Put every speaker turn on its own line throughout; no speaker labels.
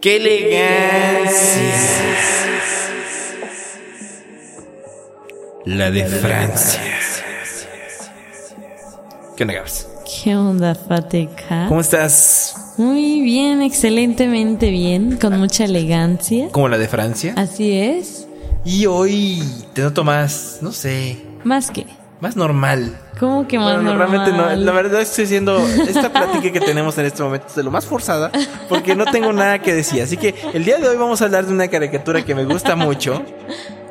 ¡Qué elegancia! La de Francia. ¿Qué onda, Gabs?
¿Qué onda, Fateca?
¿Cómo estás?
Muy bien, excelentemente bien, con mucha elegancia.
¿Como la de Francia?
Así es.
Y hoy te noto más, no sé,
Más que.
más normal.
¿Cómo que más
Bueno, no, realmente no.
normal?
La verdad estoy siendo esta plática que tenemos en este momento es de lo más forzada porque no tengo nada que decir. Así que el día de hoy vamos a hablar de una caricatura que me gusta mucho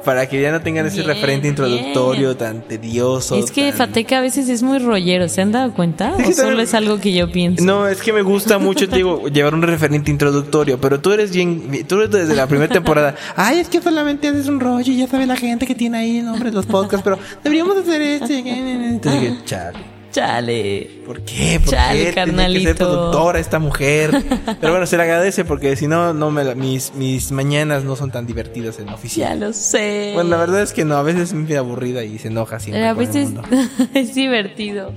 para que ya no tengan ese
Bien,
referente introductorio tan tedioso.
Es que
tan-
Fateca a veces es muy rollero, ¿se han dado cuenta?
Sí,
¿O solo
también-
es algo que yo pienso?
No, es que me gusta mucho, te digo, llevar un referente introductorio, pero tú eres bien, tú eres desde la primera temporada. Ay, es que solamente haces un rollo y ya sabe la gente que tiene ahí nombres los podcasts, pero deberíamos hacer este. Entonces dije, chale.
Chale.
¿Por qué? ¿Por
Chale,
qué tiene que ser
carnalito.
productora esta mujer? Pero bueno, se le agradece porque si no, no me la- mis, mis mañanas no son tan divertidas en la
Ya
oficina.
lo sé.
Bueno, la verdad es que no, a veces me pide aburrida y se enoja
Pero
siempre.
a
con el
veces
mundo.
es divertido,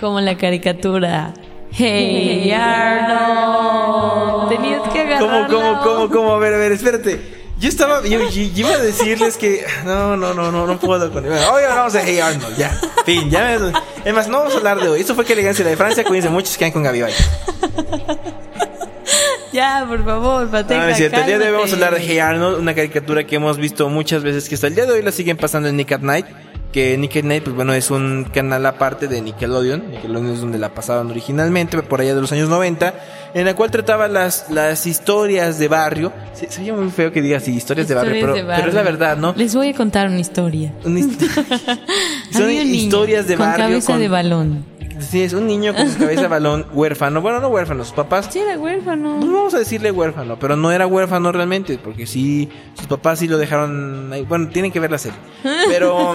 como la caricatura. Hey Arnold, tenías que
¿Cómo,
agarrarlo.
cómo, cómo, cómo? A ver, a ver, espérate. Yo estaba, yo, yo- yo iba a decirles que no, no, no, no, no puedo con bueno, Hoy hablamos de Hey Arnold, ya. Fin, ya. me- Es más, no vamos a hablar de hoy. Esto fue que elegancia la de Francia. Cuídense mucho, se quedan con Gaby. Bye.
Ya, por favor, Pateca,
Ah, es cierto. El día de hoy vamos a hablar de
cálmate.
Hey Arnold, una caricatura que hemos visto muchas veces, que hasta el día de hoy la siguen pasando en Nick at Night. Que Nick at Night, pues bueno, es un canal aparte de Nickelodeon. Nickelodeon es donde la pasaban originalmente, por allá de los años 90, en la cual trataba las, las historias de barrio. Se, se oye muy feo que diga así, historias, de, barrio,
Historias
pero,
de
pero es la verdad, ¿no?
Les voy a contar una historia.
Una hist- Son
Había un niño
historias de
con
barrio.
cabeza
con-
de balón.
Sí, es un niño con cabeza de balón huérfano. Bueno, no huérfano, sus papás
Sí, era
pues
huérfano.
vamos a decirle huérfano, pero no era huérfano realmente, porque sí, sus papás sí lo dejaron ahí. Bueno, tienen que ver la serie. Pero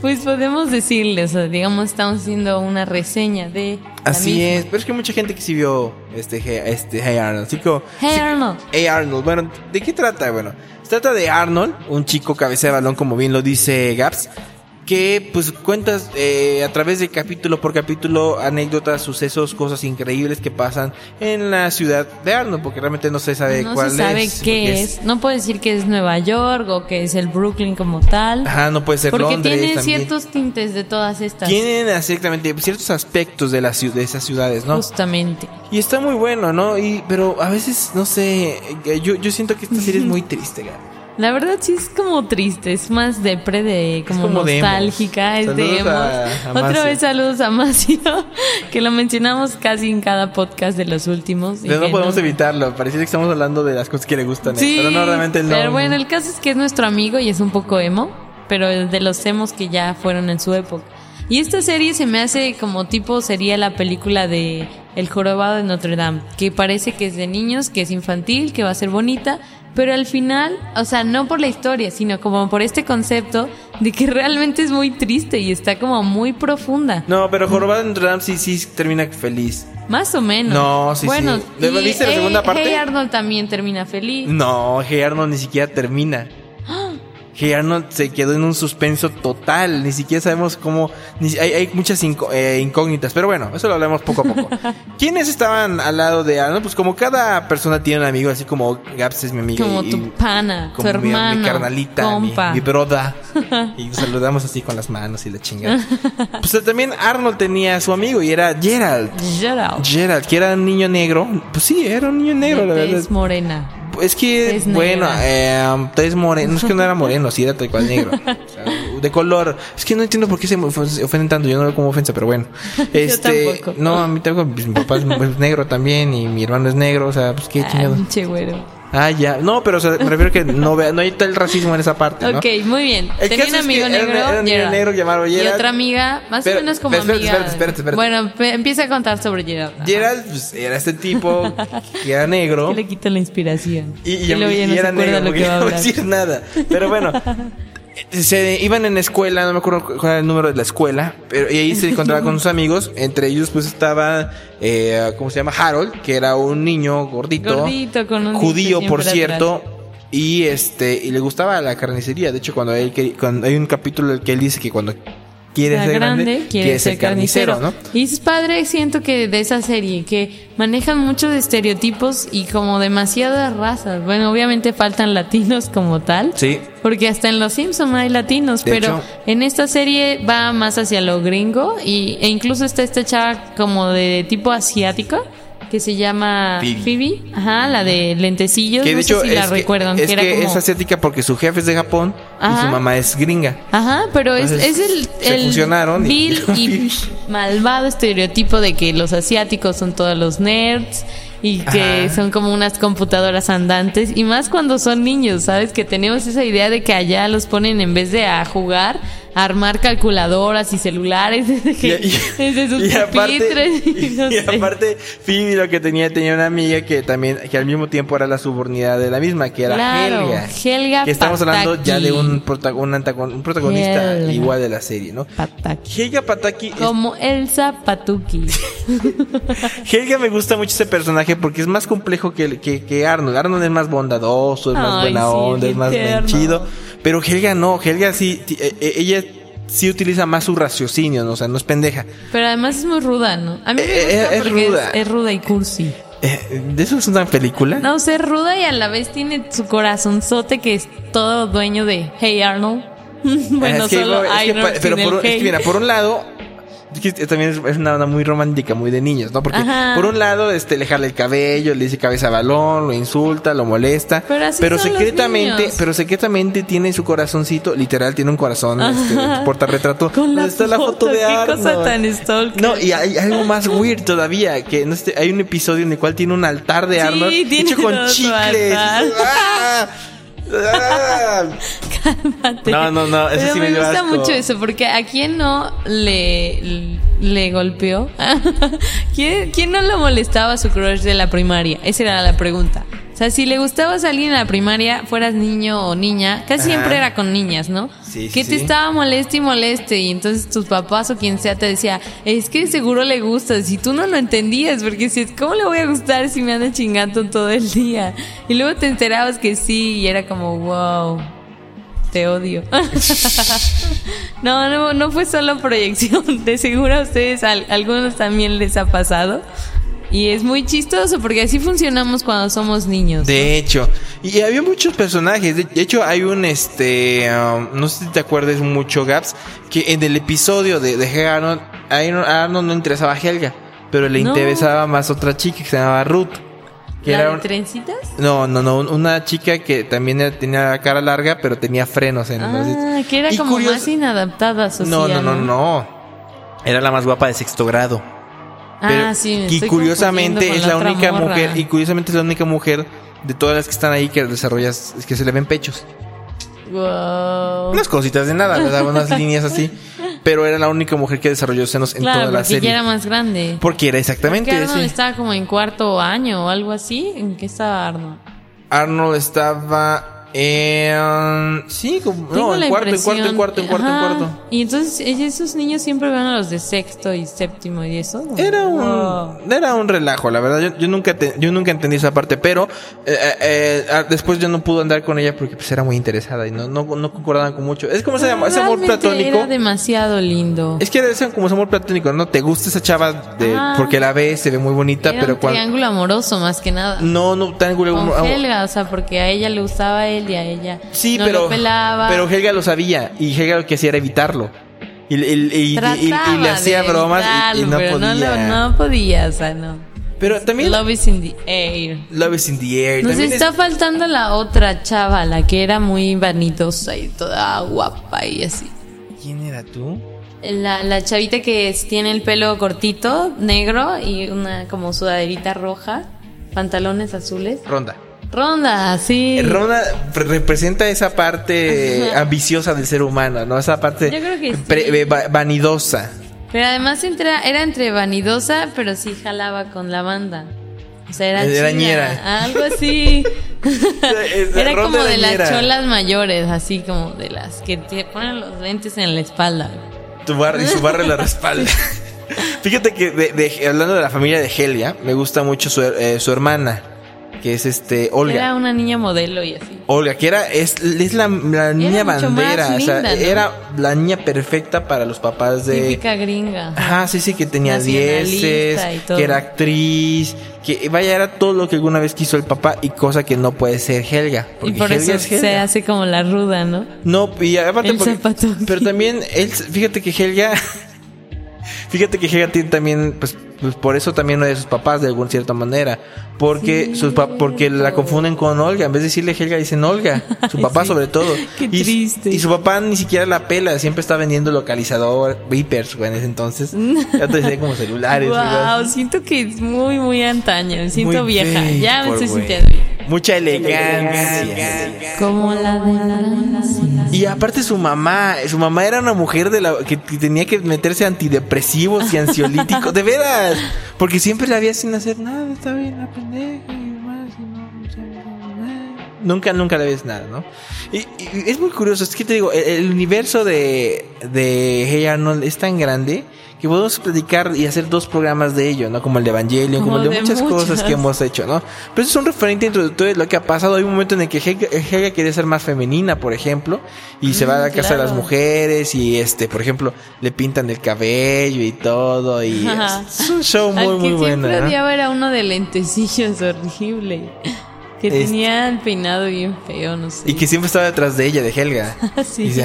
Pues podemos decirle, o sea, digamos, estamos haciendo una reseña de. la
así
misma.
es. Pero es que mucha gente que sí vio este, Hey- este Hey Arnold. Así que,
Hey
sí-
Arnold.
Hey Arnold. Bueno, ¿de qué trata? Bueno, se trata de Arnold, un chico cabeza de balón, como bien lo dice Gaps, que pues cuentas eh, a través de capítulo por capítulo anécdotas, sucesos, cosas increíbles que pasan en la ciudad de Arnold, porque realmente no se sabe
No
cuál
se sabe
es. porque
qué es. No puedo decir que es Nueva York o que es el Brooklyn como tal.
Ajá, no puede ser
porque
Londres
tiene
también.
ciertos tintes de todas estas.
Tienen exactamente ciertos aspectos de, las ciu- de esas ciudades,
Pues-
¿no?
Justamente.
Y está muy bueno, ¿no? Y, pero a veces, no sé, eh, yo, yo siento que esta serie es muy triste, Gaby.
La verdad sí es como triste, es más depre de como,
como de emos.
nostálgica, es de
Saludos a-
emos.
a
Otra
Macio.
vez saludos a Macio, que lo mencionamos casi en cada podcast de los últimos. y
Pero no
que
podemos evitarlo, pareciera que estamos hablando de las cosas que le gustan. a él,
Sí,
pero no, realmente no.
pero bueno, el caso es que es nuestro amigo y es un poco emo, pero es de los emos que ya fueron en su época. Y esta serie se me hace como tipo sería la película de El jorobado de Notre Dame, que parece que es de niños, que es infantil, que va a ser bonita, pero al final, o sea, no por la historia, sino como por este concepto de que realmente es muy triste y está como muy profunda.
No, pero Jorobado de Notre Dame sí, sí termina feliz.
Más o menos.
No, sí,
bueno,
sí. ¿Le
y
viste la
Hey-
segunda parte?
Hey Arnold también termina feliz.
No, Hey Arnold ni siquiera termina. Hey Arnold se quedó en un suspenso total. Ni siquiera sabemos cómo. ni si- hay, hay muchas inco- eh, incógnitas. Pero bueno, eso lo hablamos poco a poco. ¿Quiénes estaban al lado de Arnold? Pues como cada persona tiene un amigo, así como Gaps es mi amigo.
Como
y-
tu pana,
como
tu
mi- Mi,
hermano,
carnalita, mi,
compa.
mi broda. Y nos saludamos así con las manos y la chingada. Pues también Arnold tenía a su amigo y era Gerald.
Shut up.
Gerald, que era un niño negro. Pues sí, era un niño negro,
De
la verdad.
tez morena.
Es que,
Tez
bueno,
negra.
eh, tez moreno. No es que no era moreno, sí era tal cual negro. O sea, de color. Es que no entiendo por qué se ofenden tanto. Yo no lo veo como ofensa, pero bueno. Este,
tampoco.
No, a mí tampoco. pues, mi papá es, es negro también y mi hermano es negro. O sea, pues qué
Ah,
chingados.
pinche güero.
Ah, ya. No, pero o sea, me refiero que no, vea- no hay tal racismo en esa parte. ¿no?
Ok, muy bien.
El
Tenía
caso
un
es que
amigo
era-
negro,
era un niño
Gerard.
negro llamado
Y
Gerard.
otra amiga, más
Espera,
o menos como
espérate,
amiga.
espérate, espérate, espérate.
Bueno, pe- empieza a contar sobre Gerard. Ah,
Gerald pues, era este tipo que era negro.
Que le quita la inspiración.
Y, y-
Y luego
y
ya no se
era
acuerda
negro,
lo
porque
que va a
no voy a
hablar.
decir nada. Pero bueno, se iban en escuela, no me acuerdo cuál era el número de la escuela, pero y ahí se encontraba con sus amigos. Entre ellos, pues estaba, eh, ¿cómo se llama? Harold, que era un niño gordito,
Gordito, con un
judío,
diente
por
siempre
cierto. Y este, y le gustaba la carnicería. De hecho, cuando él quer- cuando hay un capítulo en el que él dice que cuando quiere
Era
ser grande,
quiere ser carnicero,
¿no?
Y es padre, siento que de esa serie, que manejan muchos estereotipos y como demasiadas razas. Bueno, obviamente faltan latinos como tal.
Sí.
Porque hasta en Los Simpson hay latinos,
De
pero
hecho.
en esta serie va más hacia lo gringo y, e incluso está esta chava como de tipo asiática que se llama
Phoebe.
Phoebe, ajá, la de lentecillos,
Que de
no
hecho
sé si la
es que-
recuerdan,
es
que era
que
como-
es asiática porque su jefe es de Japón y su
Ajá.
mamá es gringa.
Ajá, pero es,
Entonces,
es el,
se
el
fusionaron y-
vil y malvado estereotipo de que los asiáticos son todos los nerds y que
Ajá.
son como unas computadoras andantes y más cuando son niños, ¿sabes? Que tenemos esa idea de que allá los ponen en vez de a jugar, a armar calculadoras y celulares desde, que, desde sus
y aparte,
pupitres y no
y
sé.
aparte, Phoebe lo que tenía, tenía una amiga que también, que al mismo tiempo era la subordinada de la misma, que era
Claro,
Helga.
Helga
que estamos hablando ya de
Pataki.
un, protagon- un antagon- un protagonista
Helga.
igual de la serie, ¿no?
Pataki.
Helga Pataki es-
Como Elsa Patuki.
Helga me gusta mucho ese personaje porque es más complejo que, que, que Arnold. Arnold es más bondadoso, es más
Ay,
buena
sí,
onda, es
bien
más
tierno.
menchido. Pero Helga no, Helga sí, ti- eh, eh, ella sí utiliza más su raciocinio, ¿no? o sea, no es pendeja.
Pero además es muy ruda, ¿no? A mí me
Eh,
gusta
eh, es
porque es-
ruda.
es ruda y cursi.
Eh, ¿De eso es una película?
No, ser ruda y a la vez tiene su corazonzote que es todo dueño de Hey Arnold. bueno,
Es que,
solo
es que
Arnold
pa-
sin
pero
el
por, un- es que
hey.
mira, por un lado es que también es- es una onda muy romántica, muy de niños, ¿no? Porque
Ajá.
por un lado, este, le jala el cabello, le dice cabeza balón, lo insulta, lo molesta,
Pero así son los
secretamente,
niños.
pero secretamente tiene su corazoncito, literal tiene un corazón, este, portarretrato.
Con la
donde está la foto de
qué cosa
Arnold.
tan stalker.
No, y hay algo más weird todavía, que no sé, hay un episodio en el cual tiene un altar de
Sí,
Arnold
tiene
hecho con
todo su
chicles.
altar.
¡Ah! ¡Ah!
Cálmate.
No, no, no, eso
Pero
sí me
me,
dio
gusta
asco.
mucho eso, porque ¿a quién no le, le golpeó? ¿Quién, quién no lo molestaba su crush de la primaria? Esa era la pregunta. O sea, si le gustabas a alguien en la primaria, fueras niño o niña, casi
Ajá.
siempre era con niñas, ¿no?
Sí, sí,
que
sí.
te estaba moleste y moleste, y entonces tus papás o quien sea te decía, es que seguro le gustas, y tú no lo entendías, porque si ¿cómo le voy a gustar si me anda chingando todo el día? Y luego te enterabas que sí, y era como, wow, te odio. no, no, no fue solo proyección. De seguro a ustedes, al- algunos también les ha pasado. Y es muy chistoso porque así funcionamos cuando somos niños.
De hecho, y había muchos personajes. De de hecho, hay un este. um, no sé si te acuerdas mucho, Gaps. Que en el episodio de, de Hey Arnold, a Arnold, a Arnold no interesaba a Helga. Pero le
No.
interesaba más otra chica que se llamaba Ruth. Que
¿La
era
de
un-
trencitas?
no, no, no. un- Una chica que también era- tenía la cara larga, pero tenía frenos en
Ah, que era
Y
como
curioso-
más inadaptada social.
No, no, no, no. Era la más guapa de sexto grado. Pero-
ah, sí. me
y
estoy
curiosamente
confundiendo
es
con
la
otra
única
morra.
mujer y curiosamente es la única mujer de todas las que están ahí que desarrollas es que se le ven pechos
Wow.
unas cositas de nada ¿verdad? unas líneas así pero era la única mujer que desarrolló senos en
Claro,
toda la
porque
serie
ya era más grande.
porque era
Porque
exactamente
Arnold
ese.
estaba como en cuarto año o algo así. ¿En qué estaba Arnold?
Arnold estaba en sí como
Tengo
no en
la
cuarto, en
impresión-
cuarto en cuarto en cuarto en
Ajá.
cuarto
Y entonces ella- esos niños siempre van a los de sexto y séptimo y eso. ¿no?
Era un,
Wow.
era un relajo, la verdad. Yo, yo nunca te- yo nunca entendí esa parte, pero eh, eh, ah, después yo no pude andar con ella porque pues era muy interesada y no, no, no concordaban con mucho. Es como ese, am- ese amor
Realmente
platónico.
Era demasiado lindo.
Es que era ese como ese amor platónico, ¿no? Te gusta esa chava de,
Ah.
porque la ves, se ve muy bonita,
Era
pero
un
cuando...
triángulo amoroso más que nada.
No, no, tan
Con Helga, o sea, porque a ella le gustaba él y a ella
oh. Sí,
no
pero,
lo pelaba.
pero Helga lo sabía y Helga lo que hacía era evitarlo. Y, y- y- y- y-
Trataba
y le hacía
de
bromas y- y,
evitarlo,
no
pero
podía.
No, lo- no podía, o sea, no.
Pero también... Love,
Love is in the air.
is in the air.
Nos
también es-
está faltando la otra chava, la que era muy vanidosa y toda guapa y así.
¿Quién era tú?
La, la chavita que es- tiene el pelo cortito, negro y una como sudaderita roja, pantalones azules.
Ronda.
Ronda, sí.
Ronda pre- representa esa parte
Ajá.
ambiciosa del ser humano, ¿no? Esa parte
Yo creo que sí.
pre- eh, va- vanidosa.
Pero además entra- era entre vanidosa, pero sí jalaba con la banda. O sea, era,
Era
chida,
ñera.
algo así.
Es-
era
Ronda
como
era
de
ñera.
las cholas mayores, así como de las que te ponen los lentes en la espalda. güey.
Tu bar- y su barra en la respalda. Fíjate que de- de- hablando de la familia de Helia, me gusta mucho su, eh, su hermana, que es este Olga.
Era una niña modelo y así.
Olga, que era es, es la, la niña
mucho
bandera,
más
o sea,
linda, ¿no?
era la niña perfecta para los papás de
Típica gringa.
Ajá, sí, sí, que tenía
Nacionalista
dieces,
y todo.
que era actriz, que vaya, era todo lo que alguna vez quiso el papá y cosa que no puede ser Helga.
Y
Porque
por
Helga
eso
es Helga.
se hace como la ruda, ¿no?
No, y aparte
El
porque-
zapato.
Pero también él, fíjate que Helga fíjate que Helga tiene también pues, pues por eso también no es de sus papás de alguna cierta manera, porque
Sí,
sus pa- porque la
cierto.
confunden con Olga, en vez de decirle Helga dicen Olga, su papá
sí.
sobre todo.
Qué
y,
triste.
Y su papá ni siquiera la pela, siempre está vendiendo localizador, vipers, güey, en ese entonces. Ya te decía como celulares, ¿verdad?
Wow, siento que es muy, muy antaño. Me siento
Muy
vieja.
fake,
ya me
por
estoy
güey.
sintiendo vieja.
Mucha elegancia.
Como la de la
Y aparte su mamá, su mamá era una mujer de la que, que tenía que meterse antidepresivos y ansiolíticos, de veras, porque siempre la había sin hacer nada, está bien, la pendeja y demás, y no, no sabe hacer nada. Nunca, nunca le ves nada, ¿no? Y, y es muy curioso, es que te digo, el, el universo de, de Hey Arnold es tan grande que podemos platicar y hacer dos programas de ello, ¿no? Como el de Evangelion, como,
Como
el de,
de
muchas, cosas
muchas.
que hemos hecho, ¿no? Pero eso es un referente introductorio de lo que ha pasado. Hay un momento en el que Helga, Helga quería ser más femenina, por ejemplo, y se va a la casa de las
Mm, claro.
mujeres y este, por ejemplo, le pintan el cabello y todo y
Ajá.
es, es un show muy
Al
¿eh?
que
muy bueno.
siempre
¿no?
odiaba era uno de lentecillos horrible. Que
Este.
tenía el peinado bien feo, no sé. Ah,
Y que siempre estaba detrás de ella, de Helga.
sí,
Y se-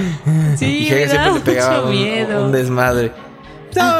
sí,
y
me
Helga
daba
siempre le pegaba
mucho
un,
miedo.
un desmadre. No,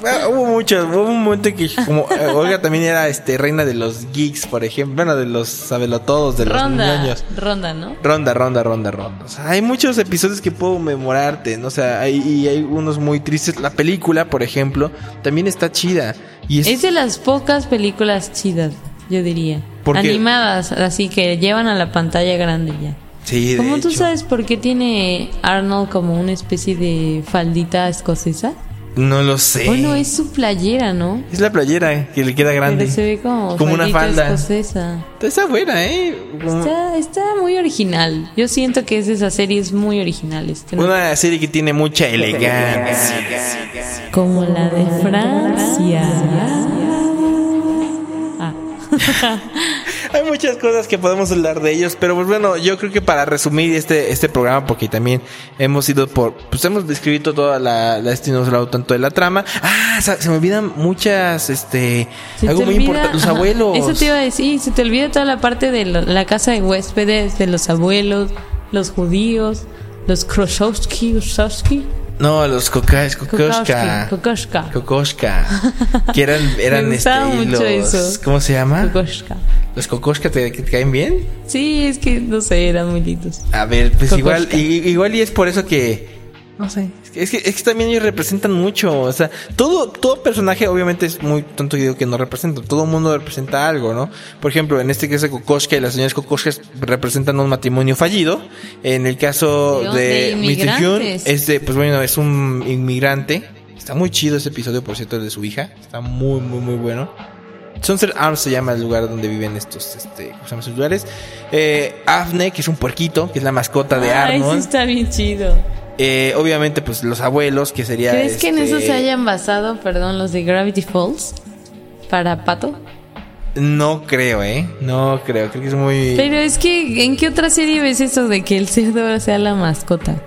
bueno, hubo muchos, hubo un momento en que como eh, Olga también era este reina de los geeks, por ejemplo, bueno, de los sabelotodos, de los
ronda,
ñoños.
ronda, ¿no?
Ronda, ronda, ronda, ronda. O sea, hay muchos episodios que puedo memorarte, ¿no? O sea, hay, y hay unos muy tristes. La película, por ejemplo, también está chida. Y es,
Es de las pocas películas chidas, yo diría.
¿Por qué?
Animadas, así que llevan a la pantalla grande ya.
sí, de
¿Cómo tú
hecho.
sabes por qué tiene Arnold como una especie de faldita escocesa?
No lo sé.
Bueno, Oh, es su playera, ¿no?
Es la playera eh, que le queda grande.
Pero se ve como,
Como una
faldita
falda.
escocesa.
Está buena, ¿eh? Como
Está, está muy original. Yo siento que es de esas series muy originales. que no-
Una serie que tiene mucha elegancia.
Como la de Francia. Ah.
Hay muchas cosas que podemos hablar de ellos, pero pues bueno, yo creo que para resumir este, este programa, porque también hemos ido por, pues hemos descrito toda la, la este, hemos hablado tanto de la trama. Ah, sa- se me olvidan muchas, este,
Se
algo
te
muy
olvida-
importante, los
ajá,
abuelos.
Eso te iba a decir. Se te olvida toda la parte de lo- la casa de huéspedes, de los abuelos, los judíos, los Krosowski, Krosowski,
No, los cocas, cocoshka.
Kokoschka, Kokoschka.
Kokoshka. Que eran, eran
Me
este,
gustaba mucho
los,
eso.
¿cómo se llama?
Kokoschka.
Los cocoshka te, te caen bien.
Sí, es que no sé, eran muy lindos.
A ver, pues
Kokoschka.
igual, y- igual y es por eso que. No sé. Es que, es que también ellos representan mucho. O sea, todo, todo personaje, obviamente, es muy tonto yo digo que no representa. Todo mundo representa algo, ¿no? Por ejemplo, en este caso de Kokoschka y las señoras Kokoschka representan un matrimonio fallido. En el caso de,
De- de
Mr. Hyun,
inmigrantes.
este, pues bueno, es un inmigrante. Está muy chido ese episodio, por cierto, el de su hija. Está muy, muy, muy bueno. Sunset Arms se llama el lugar donde viven estos, este, ¿cómo se llaman sus lugares? Eh, Afne, que es un puerquito, que es la mascota de
Ay, sí
Arnold.
Ah, está bien chido.
Eh, obviamente, pues los abuelos, que sería.
¿Crees que en eso
este,
se hayan basado, perdón, los de Gravity Falls? Para Pato.
No creo, ¿eh? No creo, creo que es muy.
Pero es que, ¿en qué otra serie ves eso de que el cerdo sea la mascota?